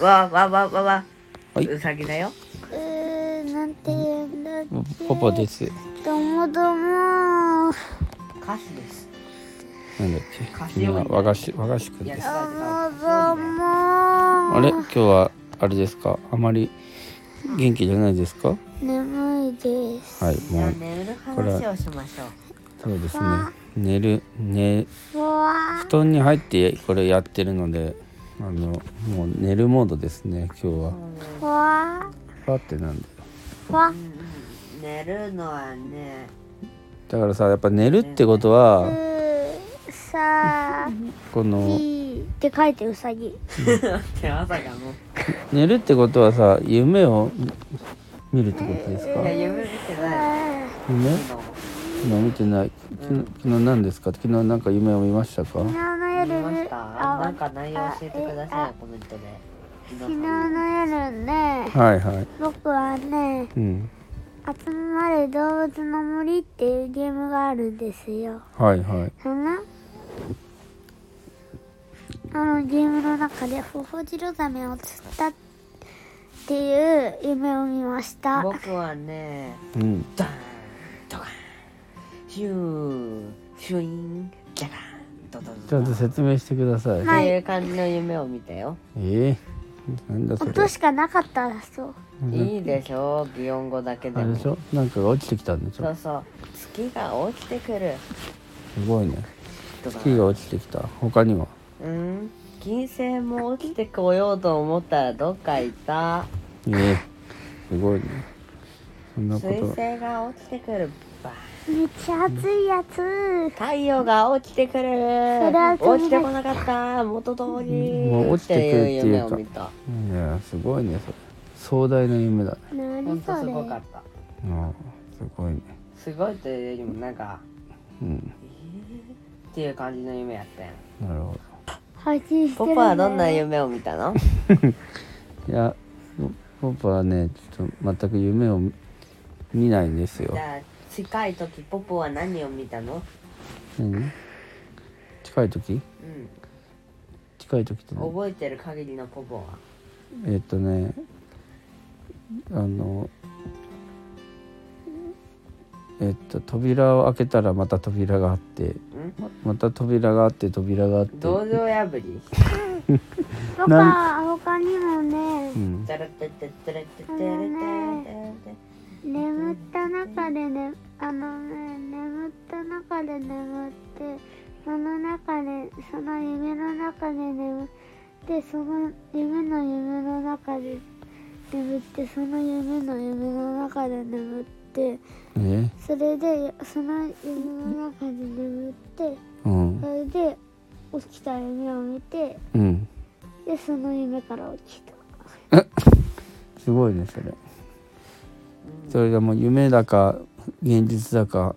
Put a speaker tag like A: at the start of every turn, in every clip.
A: わわわわわ。
B: はいう
A: さぎだよ。
C: うーなんて言うんだっけ
B: パパです。
C: どもども
A: カスです。
B: なんだっ
A: 菓子
B: け。
A: 用
B: 今和菓子和菓子くん
A: いや、違う
B: です。
C: ど
A: 違う。
C: も
B: あれ今日はあれですか。あまり元気じゃないですか。
C: 眠いです
B: はい
A: じゃ
B: も
A: あ
B: う
A: 眠る
B: これ
A: 話をしましょう。
B: そうですね。寝る寝
C: うわ
B: 布団に入ってこれやってるので。あのもう寝るモードですね今日は
C: ーふわ
B: パってなんだよ
C: ーふわ
A: 寝るのはね、
B: だからさやっぱ寝るってことは
C: うーさあ
B: この
C: いいって書いてうさぎ
A: 手朝がも
B: 寝るってことはさ夢を見るってことですか
A: う。いや、夢見てない。
C: あ
B: 夢
A: 昨日
B: 今見てない昨日昨日何ですか昨日なんか夢を見ましたか
C: 昨日の夜
A: 見まし
C: ね
A: た。
C: あ
A: なんか内容教えてくださいよ、コメントで。昨
C: 昨日
A: 日
C: の夜ね
B: はいはい
C: 僕はね
B: うん
C: 集まる動物の森っていうゲームがあるんですよ
B: はいはい
C: そのあのゲームの中でホホジロザメを釣ったっていう夢を見ました
A: 僕はね、
B: うん
A: ダーンドカーンシューシュイーンジャカーンドドド
B: ちゃんと
A: ド
B: 説明してください、
A: っていう感じの夢を見たよ、
B: えー、なんだそれ
C: 音しかなかったらそう
A: いいでしょう擬音語だけで
B: あれ
A: も
B: でしょなんかが落ちてきたんでし
A: そ
B: ょ
A: うそう月が落ちてくる
B: すごいね
A: とか
B: 月が落ちてきた他には
A: うん金星も落ちてこようと思ったらどっか行った
B: えー、すごいねそんなこ
A: 水
B: と
A: 星が落ちてくるバーン
C: めっちゃ暑いやつ
A: 太陽が落ちてくる
C: れはそれで
A: 落ちてこなかった元通り
B: もう落ちてくるってい
A: っ
B: うか
A: ていう夢を見た
B: いやすごいねそれ壮大な夢だ
A: ほ
B: ね
C: な
A: ん
C: に
A: とす
C: それ
A: ごかった
B: ああすごいね
A: すごいというよりもなんか
B: うん
A: っていう感じの夢やったやん
B: なるほど
C: 配信して
A: ポ
C: る
A: ポはどんな
C: ね
A: 夢を見たの
B: いやポポはねちょっと全く夢を見ないんですよ
A: じ。ゃあ近い時ポポは何を見たの
B: 何近い時
A: うん
B: 近い時って何
A: 覚えてる限りのポポは
B: えーっとねあのえーっと扉を開けたらまた扉があって
A: うん
B: ままた扉があって扉があって
A: 銅像破り
C: 僕は他にもね
B: うん
A: チャラテテテレテテレテテ
C: 眠った中でねあのね眠った中で眠ってその中でその夢の中で眠ってその夢の夢の中で眠ってその夢の夢の中で眠って
B: えー
C: それでその夢の中で眠って
B: うん
C: それで起きた夢を見て
B: うん
C: でその夢から起きた
B: すごいねそれそれがもう夢だか現実だか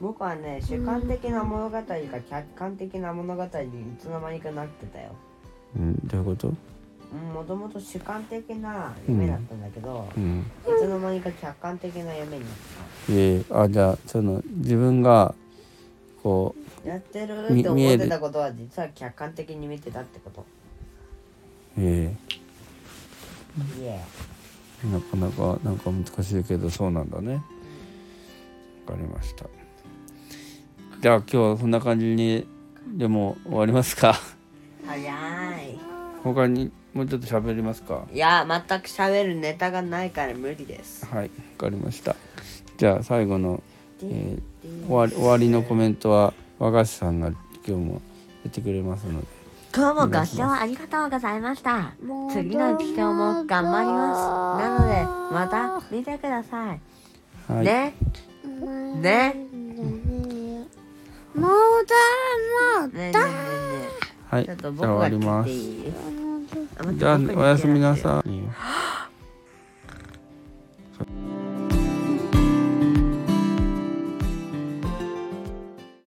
A: 僕はね主観的な物語が客観的な物語にいつの間にかなってたよ
B: うんどういうこと
A: もともと主観的な夢だったんだけど、
B: うん
A: いつの間にか客観的な夢になっ
B: えー、あじゃあその自分がこ
A: たやってるって思ってたことは実は客観的に見てたってこと
B: う、え
A: いえ
B: ー、なかなかなんか難しいけどそうなんだねわかりましたじゃあ今日はそんな感じにでも終わりますか
A: 早い
B: 他にもうちょっと喋りますか
A: いや全く喋るネタがないから無理です
B: はいわかりましたじゃあ最後の、えー終わり終わりのコメントは和菓子さんが今日もやってくれますので
A: 今日もご視聴ありがとうございました次の視聴も頑張りますなのでまた見てください、
B: はい、
A: ねね
C: もうだもう
A: ねえねえねえね
B: はい、
A: えちょ
B: じゃ
A: っ
B: あ
A: と
B: 終
A: 僕が
B: わりま
A: 来て
B: す
A: いい
C: だもうだ
A: あ待って
B: じゃあ
A: 僕に来て
B: おやすみな
A: らっしゃる
B: さい